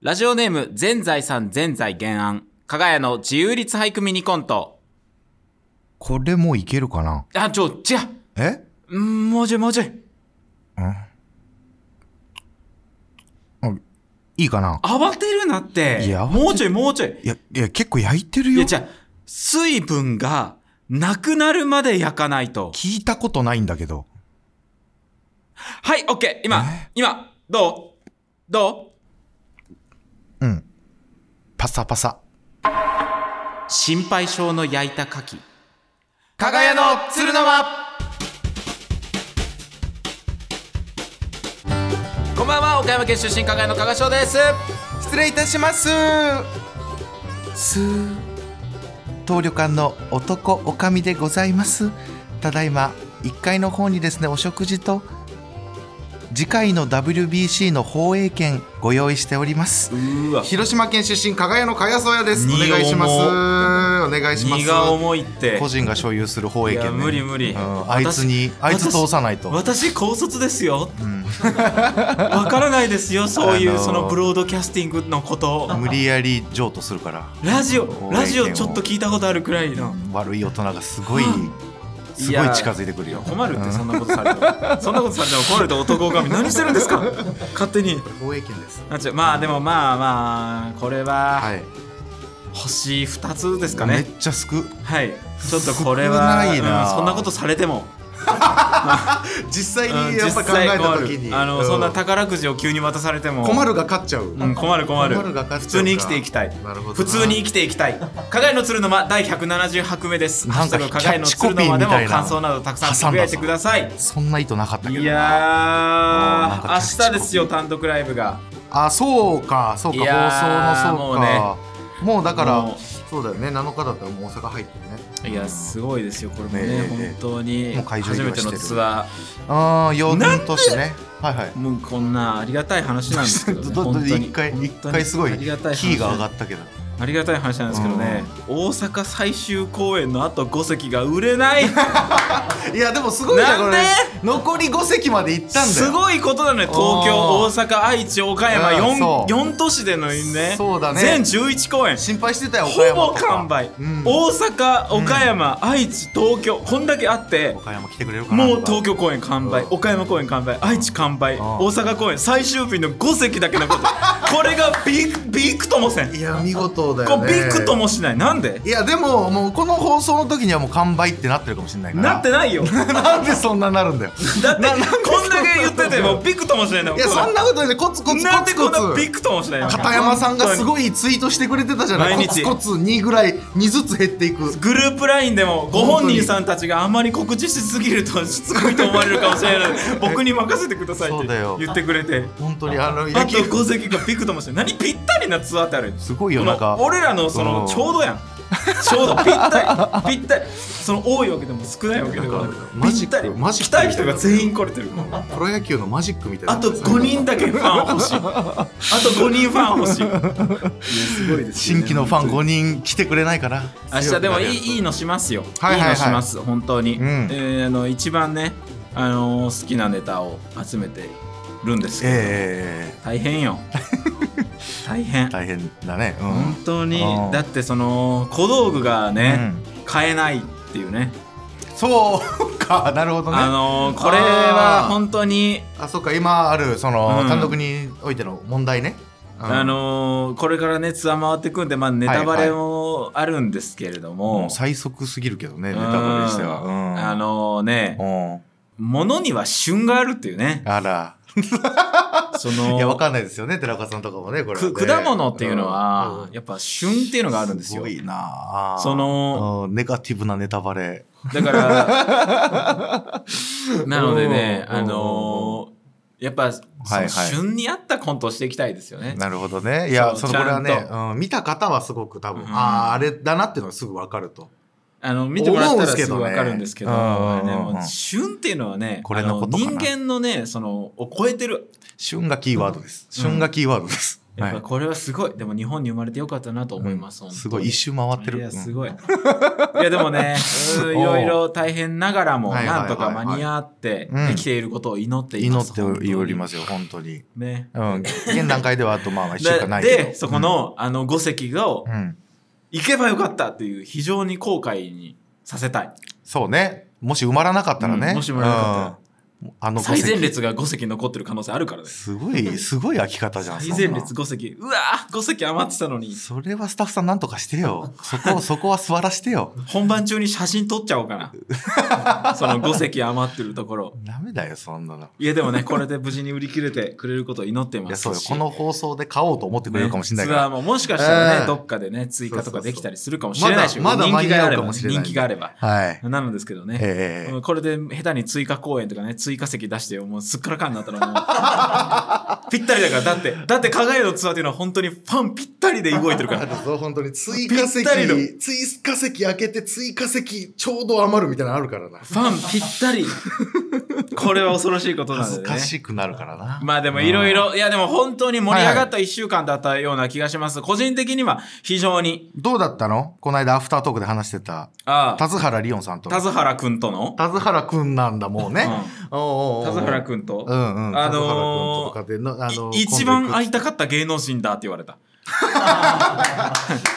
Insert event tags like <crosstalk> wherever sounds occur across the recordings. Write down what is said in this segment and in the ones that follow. ラジオネーム、全財産全財原案、加賀屋の自由律俳句ミニコント。これもいけるかなあ、ちょ、違えう。うんもうちょいもうちょい。いいかな慌てるなって。いや慌てもうちょいもうちょい。いや、いや、結構焼いてるいよ。や、じゃあ水分がなくなるまで焼かないと。聞いたことないんだけど。はい、オッケー。今え、今、どうどうパサパサ。心配性の焼いた牡蠣。加賀屋の鶴の間こんばんは、岡山県出身加賀屋の加賀翔です。失礼いたします。すー。当旅館の男おかみでございます。ただいま、1階の方にですね、お食事と、次回の WBC の放映権ご用意しておりますう。ーわ。広島県出身、加賀屋の加谷宗也です。お荷願いします。重お願いします荷。が重いって。個人が所有する放い映権、ねや、、無理無理。うんあいつにあいつ通さないと私高卒ですよ、わからないですよそういあうのーそのブロードキャスティングのこと無理やり譲渡するからラジこオうラジ意オ見をちょっと聞いたことあるくらいの悪い大人がすごい、うんすごい近づいてくるよ困るってそんなことされても <laughs> そんなことされても困ると男神何してるんですか勝手に放映権ですなんちゅうまあでもまあまあこれははい星2つですかめねっちゃすくはいちょっとこれは少ないなうんそんなことされても実際うん実際困るあのそんな宝くじを急に渡されてもが勝っちゃう、うん、困る困る困るが勝っちゃうか普通に生きていきたいなるほどな普通に生きていきたい加賀井の鶴の間第170拍目です「ハなッシんュタかグ加賀井の鶴の間」でもキャッチコピーみたいな感想などたくさんつぶやいてくださいそんな意図なかったけどいあーなんやかキャッチーコピー明日ですよ単独ライブがあそうかそうかいやー放送のそうかもう,、だからもうそうだよね7日だったらもう大阪入ってるねいやすごいですよこれもねねえねえ本当にもう会場初移め動てしてるのツアああ4年としてねはいはいーもうこんなありがたい話なんですけどね <laughs> どど本当に一回本一当に回すごいあキりがたい話ーが上がったけどありがたい話なんですけどね大阪最終公演のあと5席が売れないいやでもすごいななでんこれ残り5席まで行ったんだよすいごいことなのよ東お京大阪愛知岡山うんそ 4, う4都市でのねそうだね全11公演心配してたよ岡ほ山ぼとか完売、うん大阪岡山、愛知東京こんだけあって岡山来てくれるかなもうとか東京公演完売、うん岡山公演完売、愛知完売、ん大阪公演最終日の5席だけ残って <laughs> これがビクビクともせん、いや見事だこようねビクともしないなんでいやでももうこの放送の時にはもう完売ってなってるかもしれないからなってないよなんでそんななるん <laughs> だよだってこんだけ言っててもうビクともしないのいやこんなそんなことないコツコツなんコでツこコんなビツクともしないの片山さんがすいごいツイートしてくれてたじゃない毎コ日ツコツ2ぐらい2ずつ減っていくグループラインでもご本人さんたちがあまり告知しすぎるとしつこいと思われるかもしれないの <laughs> で僕に任せてくださいっそうてだよ言ってくれて本当にあのあ野と球5席がビクともして何ぴったりなツアーってあるすごいよこなんかの俺らのそのうんちょうどやんちょうどぴったりぴったりその多いわけでも少ないわけでもななんかくマぴジっックたりマジッ来クたい人が全員来れてるプロ野球のマジックみたいなあと5人だけファン欲しいあと5人ファン欲しいいやすごいですよ新ね規のファン5人来てくれないから明日でもいいいいののしますよ、はいいいはいはいのします本当に、うんえーあの一番ね、あのー好きなネタを集めてるんですけど、え大変 <laughs> よ大変え大変だねう本ん当にうんだってその小道具がね、買えないっていうねそうか <laughs> なるほどねあのーこれは本当にあそうか今あるその、うん単独においての問題ね、うんあのーこれからねツアー回ってくんで、まあ、ネタバレもあるんですけれども、もう最速すぎるけどねうネんタバレにしては、うん、あのーねうん物には旬があるっていう <laughs> ねあらそのいやわかんないですよね寺岡さんとかもねこれはねく果物っていうのうんは、うんやっぱ旬っていうのがあるんですよごいなあそのうんネガティブなネタバレだから <laughs> なのでねうんあのーやっぱそはいはのい旬に合ったコントをしていきたいですよね、なるほどねいやそそうのこれはちねゃん、うん、見た方はすごく多分、うんあああれだなっていうのはすぐわかるとあの見てもらった思らうんすけすどねぐ分かるんですけどうんうんうんねもう旬っていうのはねこれのことあか人な間のねそのを超えてる旬がキーワードです、うん旬がキーワードです、やっぱこれはすごい。でも日本に生まれてよかったなと思います。う本ん当にすごい一周回ってるいや、すうんごい。いや、でも <laughs> ね、うんいろいろ大変ながらも、はいはいはないんはといか間に合って、うんできていることを祈ってい祈まっす。。ておりますすよ本当にね。うん現段階ではあとまあまあ1週間ないけどで、そこの、あの、五席が、うん、うん行けばよかったっていう、非常に後悔にさせたい。そうねもし埋まらなかったらね、うんもし埋まらなかうんあの五最席前列が5席残ってる可能性あるからね。すごいすごい空き方じゃん最そんな前列5席。うわぁ !5 席余ってた <laughs> のに、それはスタッフさんなんとかしてよそこそこは座らしてよ本番中に写真撮っちゃおうかな。その5席余ってるところ。ダメだよそんなのいやでもね、これで無事に売り切れてくれることを祈っていいまやすし。そうよこの放送で買おうと思ってくれるかもしれないかねツアら、ーももしかしたらね、うんどっかでね、追加とかできたりするかもしそうそうそうれないし、まだまだ間人気にが合あうれかば、もしれない人気があれば。はいなのですけどね。ええうんこれで下手に追加公演とかね追加席出してよもうすっからかんになったらもう <laughs> ぴったりだからだってだって加賀屋のツアーっていうのは本当にファンぴったりで動いてるから <laughs> あとそう本当に追加ぴった席りの追加席開けて追加席ちょうど余るみたいなのあるからなファンぴったりこれは恐ろしいことな恥ずんでかねしくなるからな、まあでもいろいろいやでも本当に盛り上がった1週間だったような気がします、個人的には非常にどうだったのこの間アフタートークで話してたああ田津原理音さんと田津原くんとの、田津原くんなんだもうね、おううおうおうん田津原くんと、うんうんああのーの田津原くんとかでの、あのい一番会いいたかった芸能人だって言われた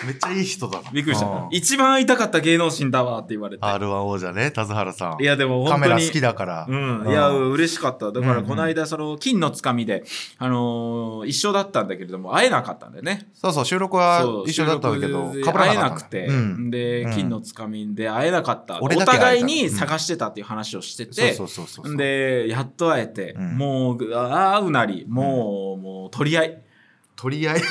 めっちゃいい人だなびっくりしたうん一番会いたかった芸能人だわって言われて R1 王者ね田津原さんいやでもカ本メ当ラに好きだから、うん、いやうん嬉しかっただからこの間その金のつかみで、あのー一緒だったんだけれども会えなかったんだよねそうそう収録はそう一緒だったけど収録でかぶら会えなかなったくて、うんでうん金のつかみで会えなかった、俺おだけ会え互たいに探してたっていう話をしてそうて、そうそうそうでやっと会えて、うんもうあ会うなりもう、もう取り合い取り合い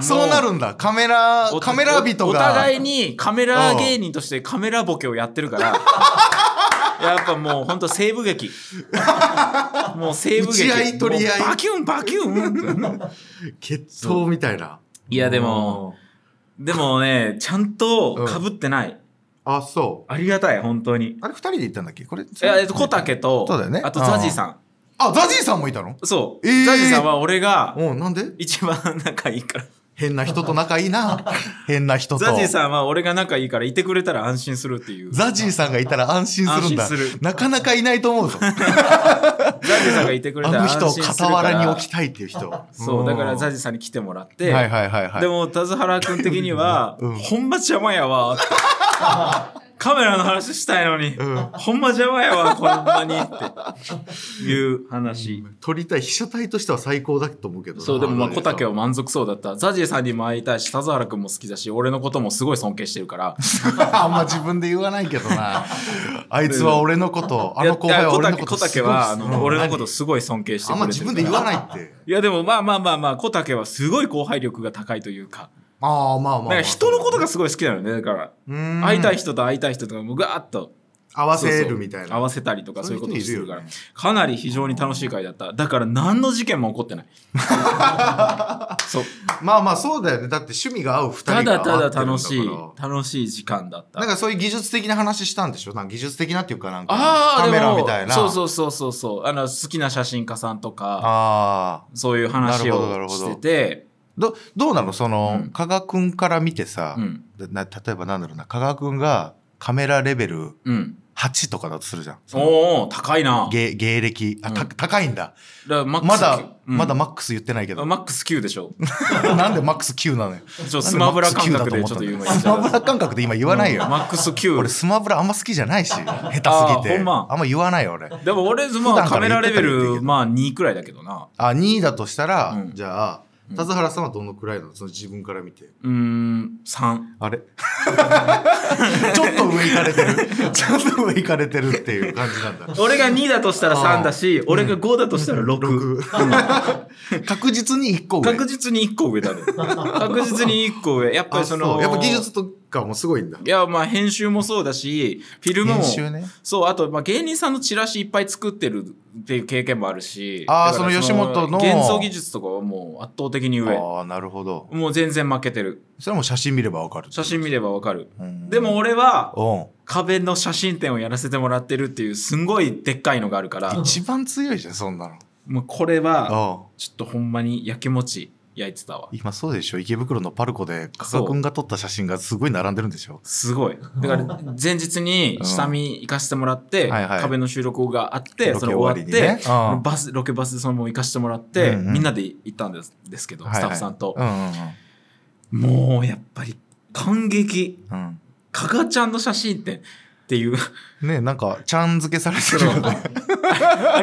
そうなるんだカメラおカメラ人がおお互いにカメラ芸人としてカメラボケをやってるから <laughs> やっぱもうほんと西部劇もう西部劇打ち合い取り合いもうバキュンバキュン決闘みたいないやでもでもねちゃんとかぶってない、あそうありがたい本当にあれ二人で行ったんだっけこれいやえっと小竹とそうだよねあとザジーさんあザジーさんもいたのそう、えーザジーさんは俺がおうなんで一番仲いい <laughs> から変な人と仲い <laughs> いな変な人とザジーさんは俺が仲いいからいてくれたら安心するっていうザジーさんがいたら安心するんだ安心するなかなかいないと思うぞあザジーさんがいてくれたらの安人を心するから傍らに置きたいっていう人そう、だからザジジさんに来てもらっーて、はいはいはいはいでも田津原君的には、うんほんま邪魔やわってカメラの話したいのに、うんほんま邪魔やわ、こんなにっていう話。撮りたい被写体としては最高だと思うけどなそうでもまあの小竹は満足そうだったザジーさんにも会いたいし田津原君も好きだし俺のこともすごい尊敬してるから <laughs> あんま自分で言わないけどな。 <laughs> あいつは俺のこと、あの後輩は俺のこいとや小竹小竹はあすごいの俺のことうんすごい尊敬してあくんれてまる自分で言わいないって。いやでもまあまあまあまあ小竹はすごい後輩力が高いというかああ、まあまあなんまあ。か人のことがすごい好きなのねだからうん会いたい人と会いたい人とかもうガーッと合わせるみたい合な。わせたりとかそういうことをするからそういう人かなり非常に楽しい回だっただから何の事件も起こってない <laughs> そうまあまあそうだよね。だって趣味が合う二人がただた合だってるんから楽しい楽しい時間だったなんかそういう技術的な話したんでしょなんか技術的なっていうかなんかああカメラみたいな。そうそうそうそうそうあの好きな写真家さんとかああ。そういう話なるをほどしなるてほどてどどうなのその、うん加賀くんから見てさ、うんな例えばなんだろうな加賀くんがカメラレベルうん8とかだとするじゃん。そのおお高いな芸芸歴あ、たうん高いんだだからマックスまだ、うんまだマックス言ってないけどマックス9でしょなんでマックス9なのよちょっとスマブラ感覚でちょっと言うのの言っ <laughs> スちゃマっブたラ感覚で今言わないよ、マックス9俺スマブラあんま好きじゃないし下手すぎてあーほんまあんま言わないよ俺でも俺、普まあ、段かカメら言ラっレてベたらいいけどル、まあ、2くらいだけどな。あ2位だとしたら、うんじゃあ田津原さんはどのくらいなのその自分から見てうーん、3。あれ <laughs> ちょっと上行かれてるちょっと上行かれてるっていう感じなんだ俺が2だとしたらあー3だし、俺が5だとしたら6。 6確実に1個上確実に1個上 <laughs> だね。確実に1個上。やっぱありその、そうやっぱ技術とかもすごいんだいや、まあ、編集もそうだし、フィルムも編、集ねそう、あと、まあ、芸人さんのチラシいっぱい作ってるっていう経験もあるし、あーだからその吉本の幻想技術とかはもう圧倒的に上。ああなるほどもう全然負けてる。それはもう写真見ればわかる写真見ればわかる。うんでも俺は、う壁の写真展をやらせてもらってるっていう、すんごいでっかいのがあるからん。一番強いじゃんそんなのもうこれはああちょっとほんまに焼きもち焼いてたわ今そうでしょ池袋のパルコで加賀君が撮った写真がすごい並んでるんでしょすごいだから前日に下見行かせてもらって、うんはいはい壁の収録があってロそケの終終わりわっにて、ねうんバスロケバスでそのまま行かせてもらって、うんうんみんなで行ったんですですけど、はいはスいタッフさんとう、んうんもうやっぱり感激うん加賀ちゃんの写真展って <laughs> いううんねなんかちゃん付けされてるよね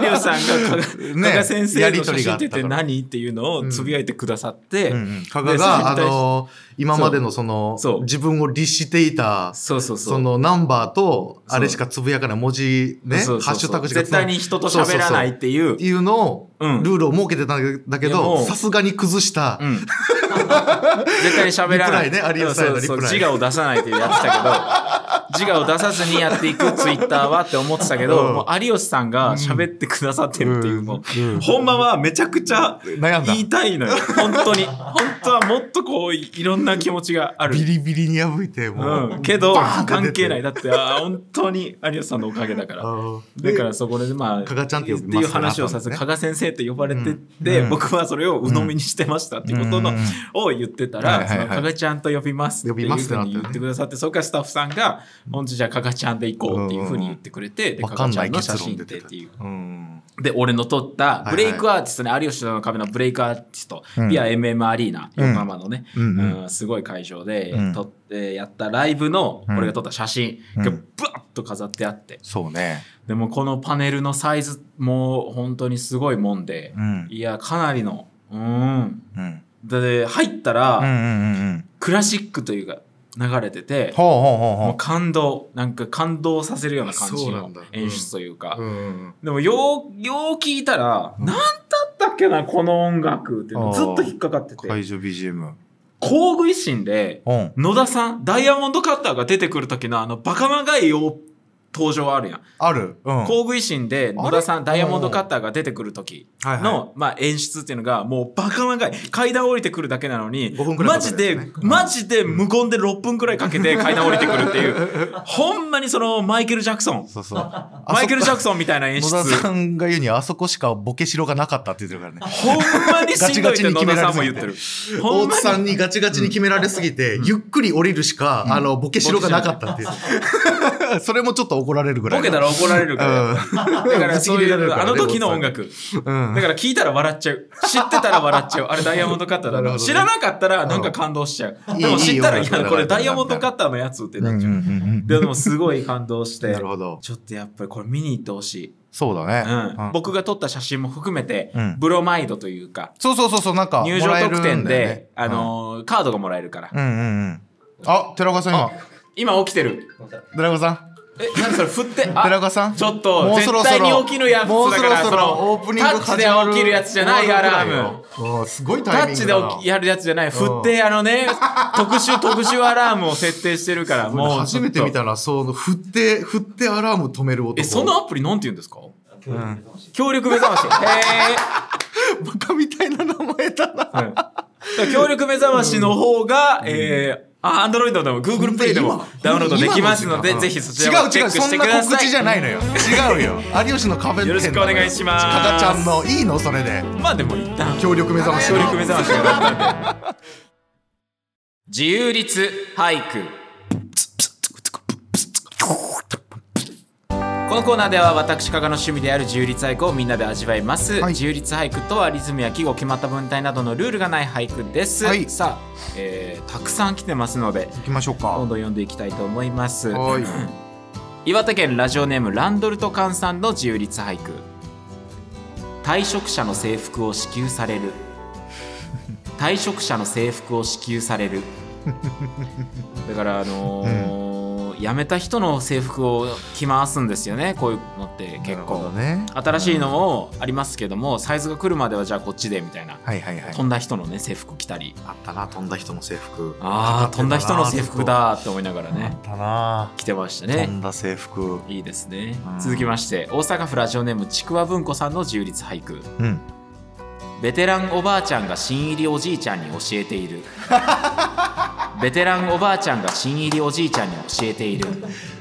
有吉さんが加賀 <laughs> ね加賀先生の写真やりとりがあっ展ったかてら何っていうのをつぶやいてくださって、うんうん加賀でそれにが対しあての今までのそのそう自分を律していたそうそうそうそのナンバーとそうあれしかつぶやかない文字ねそうそうそうハッシュタグしか絶対に人と喋らないっていうっていうのをルうんールを設けてたんだけいやもどうさすがに崩した <laughs> うん絶対に喋らない。リプライね有吉さんへのそうそうリプライ自我を出さないってや <laughs> ってたけど、自我を出さずにやっていくツイッターはって思ってたけど、うんもう有吉さんが喋ってくださってるっていう、もう、うんほんまはめちゃくちゃ悩んだ言いたいのよ。本当に。本当はもっとこう、いろんな気持ちがあるビ。リビリに破いてもう、うんけどバーンって出て関係ないだってあー本当に有吉さんのおかげだからあだからそこでまあ加賀ちゃんって呼びますっていう話をさせてね加賀先生って呼ばれてて、うんうん僕はそれを鵜呑みにしてましたってことの、うんを言ってたはいら、はそいはのい加賀ちゃんと呼びますっていうふうに呼びますってなってね言ってくださって、そこからスタッフさんが、本日じゃあ加賀ちゃんで行こうっていうふうに言ってくれて、でわ加か賀んちなゃいんの結写真で論出ってたていう。うんで、俺の撮ったいはいブレイクアーティストね、有吉の壁のブレイクアーティスト、うんビア MM アリーナ、うん横浜のね、うんうんうんすごい会場でうん撮ってやったライブの、うん俺が撮った写真がうブんワッと飾ってあって、そうねでもこのパネルのサイズも本当にすごいもんでう、んいや、かなりの、うん。うんで、入ったら、うんうんうんうんクラシックというか流れてて、ほうほうほうもうほ感動、なんか感動させるような感じそうなのんだうん演出というか。うんでもよう、よう聞いたら、うんなんだったっけな、この音楽っていうのあーずっと引っかかってうて。解除 BGM 工具維新で、うん野田さん、ダイヤモンドカッターが出てくる時のあのバカ長いよ登場あるやん。あるうん工具維新で野田さん、ダイヤモンドカッターが出てくる時はいはいの、まあ、演出っていうのがもうバカ長い階段降りてくるだけなのに5分くらマいかかジるで、やつねうんマジで無言で6分くらいかけて階段降りてくるっていう <laughs> ほんまにそのマイケル・ジャクソンそうそうあそマイケル・ジャクソンみたいな演野出田ほさんが言うにはあそこしかボケしろがなかったって言ってるからねんまにしんどいって野田さんも言ってるほ大んま津にさんにガチガチに決められすぎて、ゆっくり降りるしか、あの、ボケしろがなかったっていう。それもちょっと怒られるぐらい。ボケたら怒られるから、だからそういぶち切れられるうからあねの時の音楽うん。だから聞いたら笑っちゃう知ってたら笑っ <laughs> ちゃうあれダイヤモンドカッターだなるなほどね知らなかったらなんか感動しちゃう、んでも知ったらいいいいいやこれいいダイヤモンドカッターのやつってなっちゃう、うんうんうんでもすごい感動しうん。てなるほど。ちょっとやっぱりこれ見に行ってほしい、そうだうねん。うん僕が撮った写真も含めて、うんブロマイドというかそうそうそうそう、なんか、入場特典で、もらえるんだよねあ、のーカードがもらえるから、うんうんうんうん。あ、寺岡さん今。今起きてる寺岡さん。え何それ振 <laughs> って寺あ岡さん。ちょっともうそろそろ絶対に起きるやつだもうそかろらそろオープニングタッチで起きるやつじゃないアラームム。うんすごいタタイッミンチグでだな。起きやるやつじゃない振ってあのね特殊特殊アラームを設定してる <laughs> からもう初めて見たら、その、振って、振ってアラーム止める男。えそのアプリなんて言うんですか協力かもしれ協力目覚ましへーバカみたいな名前だな。うんだから協力目覚ましの方が、えーあ、アンドロイドでも Google <laughs> プレイでもダウンロードできますので、ぜひそちら違もうチェ違ッうクそしてんくだなさ告知じゃい。ないのよ違うよ有吉の壁よろしくお願いしますかがちゃんのいいのそれでまあでも一旦、協力目覚まし協力目覚ましがあったんで。自由律俳句。このコーナーでは私加賀の趣味である自由律俳句をみんなで味わいます、はい自由律俳句とはリズムや記号決まった文体などのルールがない俳句です、はいさあ、えーたくさん来てますので行きましょうどかんどん読んでいきたいと思いますはい岩手県ラジオネームランドルトカンさんの自由律俳句退職者の制服を支給される退職者の制服を支給されるだからあのー辞めた人の制服を着回すんですよねこういうのって結構、ね新しいのもありますけどもサイズが来るまではじゃあこっちでみたいな、はいはいはい飛んだ人のね制服着たりあったな飛んだ人の制服ああ飛んだ人の制服だって思いながらあねったな着てました飛ねんだ制服いいですねうん続きまして大阪府ラジオネームちくわ文庫さんの自由律俳句うんベテランおばあちゃんが新入りおじいちゃんに教えてい <laughs> るベテランおばあちゃんが新入りおじいちゃんに教えている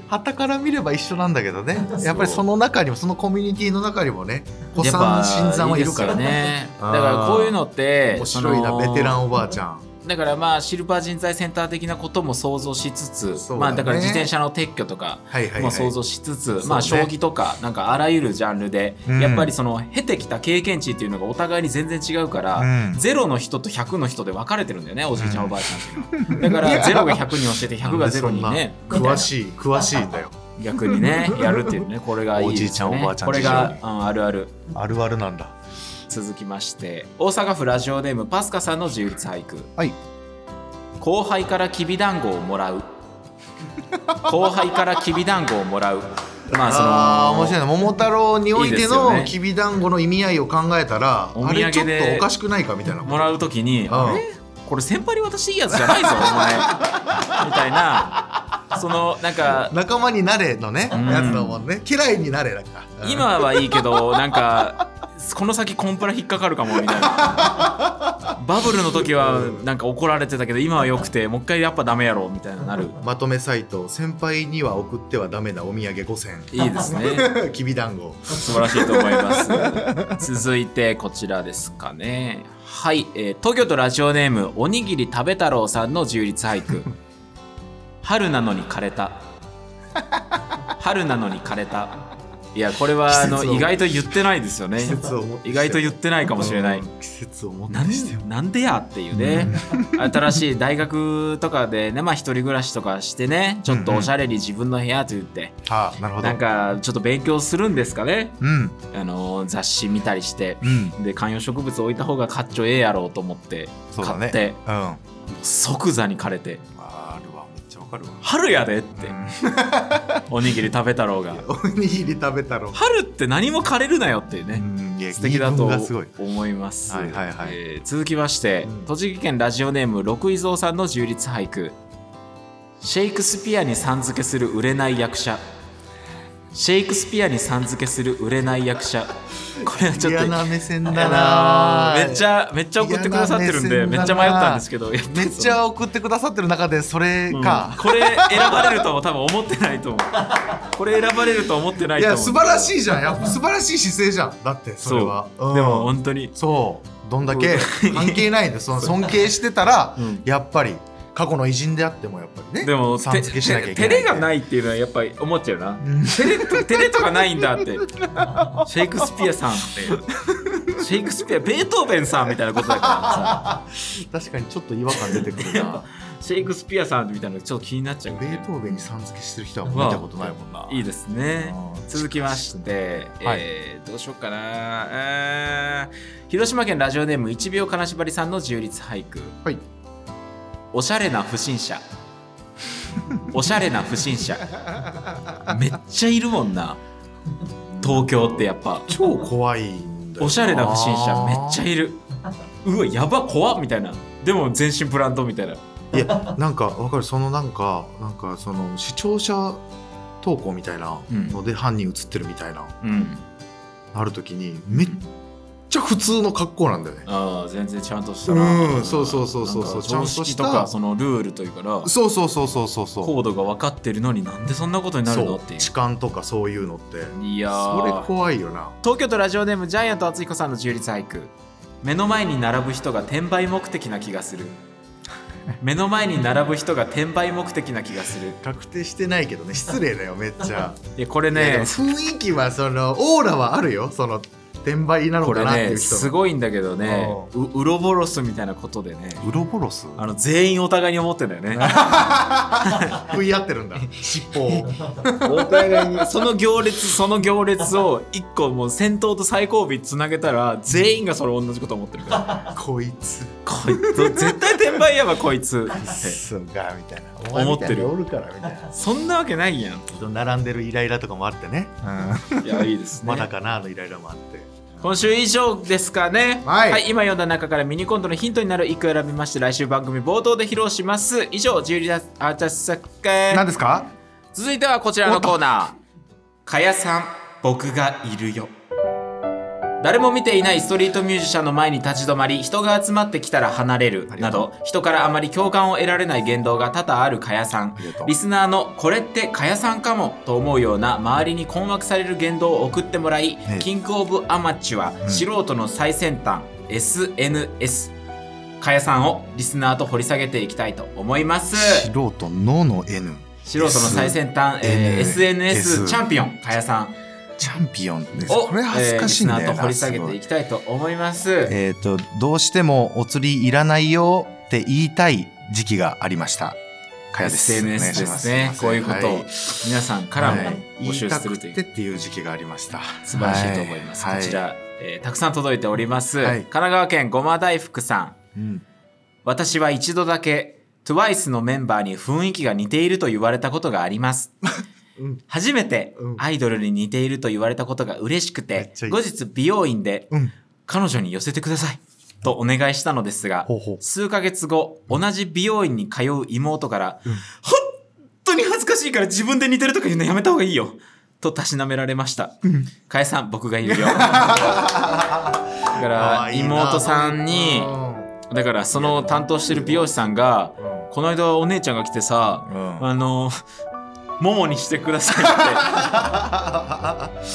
旗から見れば一緒なんだ <laughs> けどねそうやっぱりその中にもそのコミュニティの中にもね子さん新参はいるからやっぱいいねですよねだからこういうのって面白いなそベのテランおばあちゃんだからまあシルバー人材センター的なことも想像しつつ、そうだねまあだから自転車の撤去とかはいはい、はい、も想像しつつ、そうねまあ将棋とかなんかあらゆるジャンルで、うんやっぱりその経てきた経験値っていうのがお互いに全然違うから、うんゼロの人と100の人で分かれてるんだよねおじいちゃん、うんおばあちゃんっていうのはだからゼロが100に教えて100がゼロにねみたいな詳しい詳しいんだよ逆にねやるっていうねこれがいいですねおじいちゃんおばあちゃんこれ事が情うんあるあるあるあるなんだ続きまして大阪府ラジオネームパスカさんの自由律俳句はい後輩からきびだんごをもらう後輩からきびだんごをもらうまあそのあー面白いな桃太郎においいいでてすよのねきびだんごの意味合いを考えたらお土あ産でれちょっとおかしくないかみたいなもらう時にんあれこれ先輩に渡していいやつじゃないぞお前みたいなそのなんか仲間になれのねうんやつだもんね家来になれだからうん今はいいけどなんかこの先コンプラ引っかかるかもみたいなバブルの時はなんか怒られてたけど今は良くてもう一回やっぱダメやろみたいななるまとめサイト先輩には送ってはダメなお土産5000いいですね円 <laughs> きびだんご素晴らしいと思い <laughs> ます続いてこちらですかねはい、えー東京都ラジオネームおにぎり食べ太郎さんの充実俳句春なのに枯れ <laughs> た春なのに枯れたいやこれはあの <laughs> 季節を意外と言ってないですよね <laughs> 季節をもってして意外と言ってないかもしれないうん季節をもってなんしてよなんでやっていうね新しい大学とかでねまあ一人暮らしとかしてねちょっとおしゃれに自分の部屋と言ってあーなるほどなんかちょっと勉強するんですかねうんあの雑誌見たりしてうんで観葉植物置いた方がかっちょええやろうと思ってそうだ買ねって、うんあ即座に枯れてーあるわめっちゃわかるわ「春やで!」って、おにぎり食べ太郎 <laughs> がおにぎり食べたろ「春って何も枯れるなよ」っていうね、ね素敵だとすごい思います、はいはいはいえー続きまして、うん栃木県ラジオネーム六井蔵さんの充実俳句シェイクスピアにさん付けする売れない役者シェイクスピアにさん付けする売れない役者これはちょっと嫌な目線だあなのーめっちゃめっちゃ送ってくださってるんで嫌な目線だめなっちゃ迷ったんですけどやぱめっちゃ送ってくださってる中でそれそのうんか、これ選ばれるとは多分思ってないと思うこれ選ばれるとは思ってないいと思やう素晴らしいじゃんやっぱ素晴らしい姿勢じゃんだってそれはそう、うんでも本当にそうどんだけ関係ないんでその尊敬してたら、うんやっぱり過去の偉人であってもやっぱりねでもさん付けしなきゃいけないて照れがないっていうのはやっぱり思っちゃうな照れと照れとかないん <laughs> だってシェイクスピアさんってシェイクスピアベートーベンさんみたいなことだからさ確かにちょっと違和感出てくるなシェイクスピアさんみたいなのちょっと気になっちゃう <laughs> ベートーベンにさん付けしてる人は見たことないもんな、いいですね続きまして、はいえーどうしようかな、えー広島県ラジオネーム一秒金縛りさんの自由律俳句はいおしゃれな不審者おしゃれな不審者めっちゃいるもんな東京ってやっぱ超怖いんだよおしゃれな不審者めっちゃいいるうわやば怖っみたいなでも全身ブランドみたいないやなんかわかるそのなんかなんかその視聴者投稿みたいなので犯人映ってるみたいな、うんなるときにめっちゃ普通の格好なんだよね、ああ全然ちゃんとしたなうんそうそうそうそうそうなんか常識とちゃんとかしたそのルールというからそうそうそうそうそうそうコードが分かってるのになんでそんなことになるのってい痴漢とかそういうのってういやそれー怖いよな東京都ラジオネームジャイアント厚彦さんの中立俳句目の前に並ぶ人が転売目的な気が <laughs> する目の前に並ぶ人が転売目的な気がする確定してないけどね失礼だよめっちゃいやこれいやでねも雰囲気はそのオーラはあるよその転売なのこかれなっていねう人すごいんだけどねううウロボロスみたいなことでねウロボロスあの全員お互いに思ってんだ <laughs> よね食い合ってるんだ尻 <laughs> 尾をお互いにその行列その行列を一個もう先頭と最後尾つなげたら全員がそれ同じこと思ってるからこいつこいつ絶対転売やばこいつくっそがみたいなお前みたいなのおるからみたいなそんなわけないやん並んでるイライラとかもあってね、いやいいですねまだかなのイライラもあって今週以上ですかねはい今読んだ中からミニコントのヒントになる一句選びまして来週番組冒頭で披露します以上ジュリアアーチャス作 <laughs> 何家ですか続いてはこちらのコーナー「かやさん僕がいるよ」誰も見ていないストリートミュージシャンの前に立ち止まり人が集まってきたら離れるありながとうど人からあまり共感を得られない言動が多々あるかやさんありがとうリスナーの「これってかやさんかも」と思うような周りに困惑される言動を送ってもらい、えキングオブアマチュア、ん素人の最先端 SNS かやさんをリスナーと掘り下げていきたいと思います素人のの N 素人の最先端、えー SNS SNS チャンピオンかやさんチャンピオンですをこれ恥ずかしいんだよえーリスナーと掘なり下すげごていいきたいと思いますえっ、とどうしてもお釣りいらないよって言いたい時期がありましたかやですお願い SNS しでますねこういうことをはい皆さんからもはい募集するとい言ういたくてっていう時期がありました素晴らしいと思います、はこちら、えーたくさん届いております、はい神奈川県ごま大福さんうん私は一度だけ TWICE のメンバーに雰囲気が似ていると言われたことがあります、うん初めてうんアイドルに似ていると言われたことが嬉しくめってちゃいい後日美容院でうん彼女に寄せてくださいとお願いしたのですがほうほう数ヶ月後同じ美容院に通う妹から、本当に恥ずかしいから自分で似てるとか言うのやめた方がいいよとたしなめられました、かえさん僕がいるよ <laughs> だからあーいいな妹さんにうんだからその担当してる美容師さんが「この間お姉ちゃんが来てさ、うんあのももにしてください」って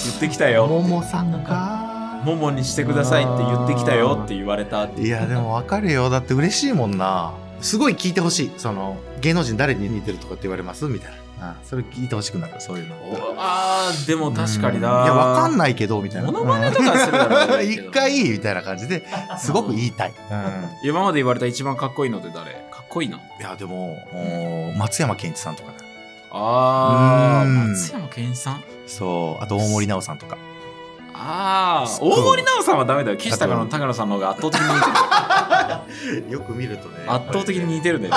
言ってきたよももさんか「ももにしてください」って言ってきたよって言われたって <laughs> いやでもわかるよだって嬉しいもんなすごい聞いてほしいその芸能人誰に似てるとかって言われますみたいな、うんそれ聞いてほしくなるそういうのあーでも確かにな、うんいやわかんいないけどみたいなモノマネとかするだろううねん <laughs> 一回みたいな感じですごく言いたい、うん今まで言われた一番かっこいいのって誰かっこいいないやでもおー松山ケンイチさんとかねあうーん松山ケンイチさんそうあと大森奈緒さんとかああそう大森奈緒さんはダメだよ岸高野の高野さんの方が圧倒 <laughs> 的に似てるよく見るとね圧倒的に似てるね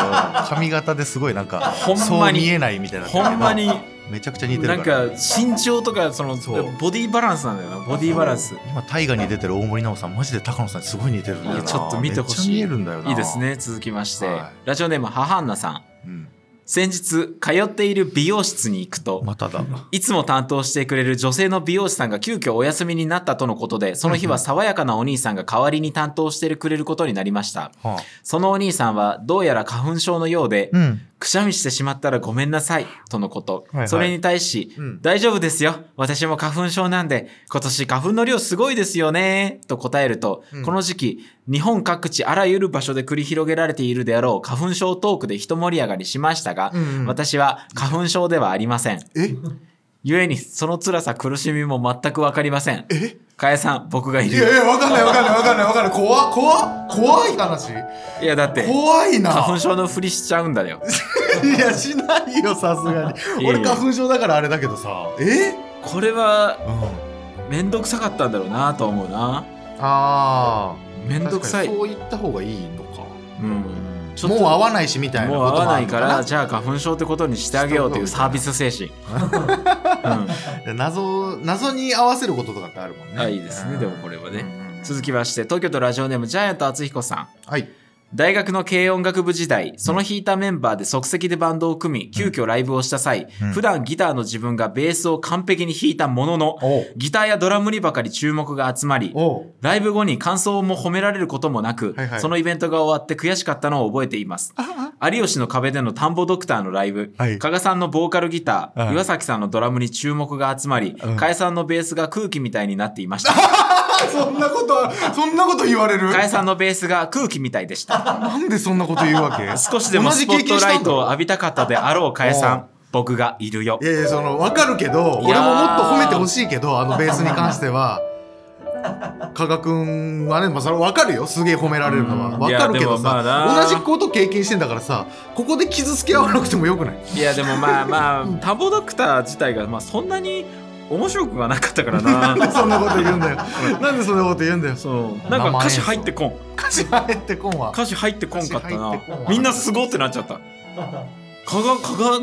髪型ですごいなんかほんまにそう見えないみたいなほんまにめちゃくちゃ似てなるんからか身長とかそのそうボディバランスなんだよなボディバランス今大河に出てる大森奈緒さんマジで高野さんにすごい似てるんだよいなやちょっと見てほしいめっちゃ見えるんだよないいいです、ね続きまして、はラジオネーム母アンナさんうん、先日通っている美容室に行くと、まただいつも担当してくれる女性の美容師さんが急遽お休みになったとのことで、その日は爽やかなお兄さんが代わりに担当してくれることになりました。はあそのお兄さんはどうやら花粉症のようで、うんくしゃみしてしまったらごめんなさい、とのこと。はいはいそれに対し、うん大丈夫ですよ。私も花粉症なんで、今年花粉の量すごいですよね、と答えると、うんこの時期、日本各地あらゆる場所で繰り広げられているであろう花粉症トークで一盛り上がりしましたが、うんうん私は花粉症ではありません。えゆえにその辛さ苦しみも全く分かりませんえかえさん僕がいいるやよいやわかんないわかんないわかんないわかんない怖っ怖っ怖い話いやだって怖いな花 <laughs> 粉症のふりしちゃうんだよいやしないよさすがいにやいや俺花粉症だからあれだけどさえこれはうんめんどくさかったんだろうなと思うなあめんどくさいそう言った方がいいのかうんちょっもとう合わないしみたいなもうこと合わもあなるいのからじゃあ花粉症ってことにしてあげようというサービス精神、 <laughs> うで謎謎に合わせることとかってあるもんねあいいですねでもこれはねうんうんうんん、続きまして東京都ラジオネームジャイアント厚彦さんはい大学の軽音楽部時代その弾いたメンバーで即席でバンドを組み急遽ライブをした際、うん普段ギターの自分がベースを完璧に弾いたものの、おギターやドラムにばかり注目が集まり、おライブ後に感想も褒められることもなく、はいはいそのイベントが終わって悔しかったのを覚えています。有吉の壁での田んぼドクターのライブ、はい加賀さんのボーカルギター、うん岩崎さんのドラムに注目が集まり、うん加谷さんのベースが空気みたいになってい <laughs> ました。そんなことあるそんなこと言われる加谷さんのベースが空気みたいで <laughs> した。なんでそんなこと言うわけ <laughs> 少しでも同じスポ経ット験しラたイんトをだ浴びたかったであろう加谷さん、僕がいるよい。やいやその分かるけどい俺やももーっと褒めてほしいけどあのベースに関しては加賀くんはね、まあ、それ分かるよすげえ褒められるのうんは分かるけどいやでもさ、まあな同じこと経験してんだからさここで傷つけ合わなくてもよくない <laughs> いやでもまあまあ、田んぼドクター自体がまあそんなに面白くはなかったからな。 <laughs> なんでそんなこと言うんだよなんでそんなこと言うんだよそうなんか歌詞入ってこん歌詞入ってこんわ歌詞入ってこんかった歌詞入ってこんなわみんなすごってなっちゃったかがかが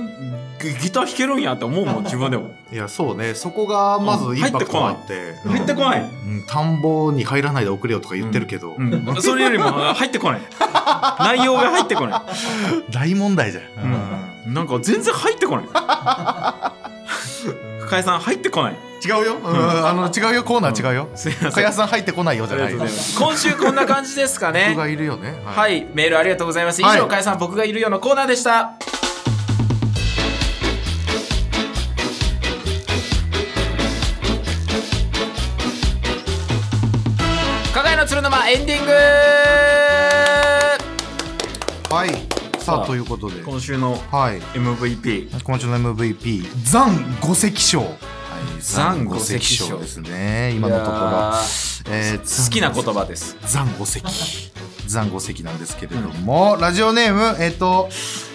ギギター弾けるんやって思う <laughs> もん自分でもいやそうねそこがまずインパクトがあって入ってこない、うん田んぼに入らないで遅れよとか言ってるけど、うん、それよりもあ入ってこない内容が入ってこな大問題じゃん、 <laughs> んいなんか全然入ってこない深井さん入ってこない違うよ、うん、あの違うよコーナー違うよすいません加谷さん入ってこないよじあゃりがとないうごよざいます今週こんな感じですかね僕がいるよねはいい、メールありがとうございます。以はい上、かやさん、僕がいるよのコーナーでした。加賀屋の鶴の間エンディングはいささああということで今週のはい MVP 今週の MVP 残五石賞はい残五石賞残ですね今のところいやえー好きな言葉です残五石残五石なんですけれども、ラジオネームえっ、と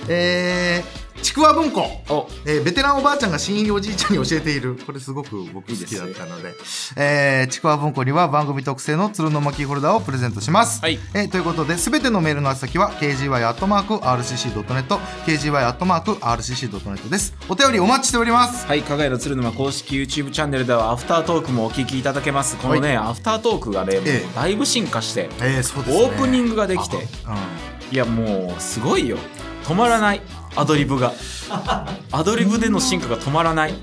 えー、ちくわ文庫おえーベテランおばあちゃんが新いおじいちゃんに教えているこれすごく僕好きだったのでえーちくわ文庫には番組特製の鶴の巻ホルダーをプレゼントします、はいえーということで全てのメールの宛先は kgy.rcc.net kgy.rcc.net ですお便りお待ちしておりますはい、加賀屋の鶴沼公式 YouTube チャンネルではアフタートークもお聞きいただけますこのね、アフタートークがね、もうええだいぶ進化してえー、そうですねオープニングができてあうんいやもうすごいよ止まらないアドリブ <laughs> がアドリブでの進化が止まらない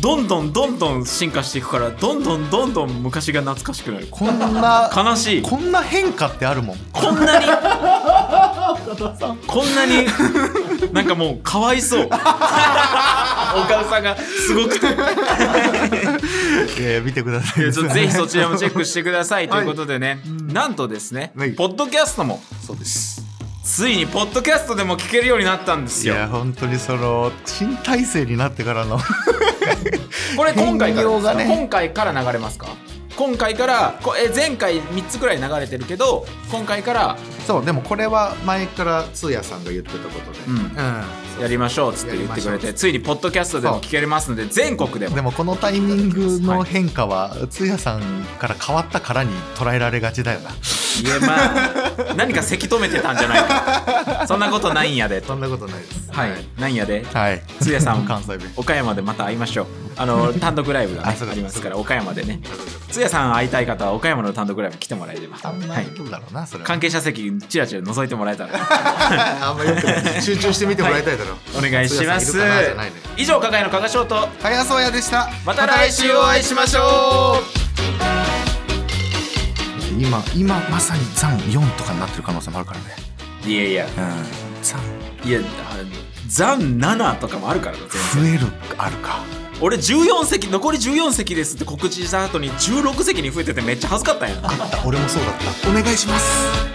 どんどんどんどん進化していくからどんどんどんどん昔が懐かしくなるこ <laughs> んな悲しいここんな変化ってあるもんんな <laughs> にこんなになんかもうかわい <laughs> そうお母さんがすごく <laughs> てえー見てくださいやいちょっとぜひそちらもチェックしてくださいということでね、なんとですね、はいポッドキャストも <laughs> そうですついにポッドキャストでも聞けるようになったんですいよや本当にその新体制になってからのこれ今回か変らで容すか、がね今回から流れますか今回からこえ前回3つくらい流れてるけど今回からそうでもこれは前から通夜さんが言ってたことで、うんやりましょうっつってやり言っまてしくょうれてついにポッドキャストでも聞けますので全国でもでもこのタイミングの変化は通夜さんから変わったからに捉えられがちだよないやまあ何かせき止めてたんじゃないかそんなことないんやでとそんなことないですはいなんやではいつやさん関西弁岡山でまた会いましょうあの単独ライブがね、あそうあかりますから岡山でねつやさん会いたい方は岡山の単独ライブ来てもらえれば、あんはまいり、どうだろうなそれは関係者席チラチラ覗いてもらえたら <laughs> あんまりよくない集中して見てもらいたいだろうお願いします通夜さんいるかなじゃないのよ以上加賀屋の加賀翔とかやそうやでしたまた来週お会いしましょう今今まさに残4とかになってる可能性もあるからねいやいやうん残いやあの残7とかもあるからな全然増えるあるか俺14席残り14席ですって告知した後に16席に増えててめっちゃ恥ずかったんやあった俺もそうだったお願いします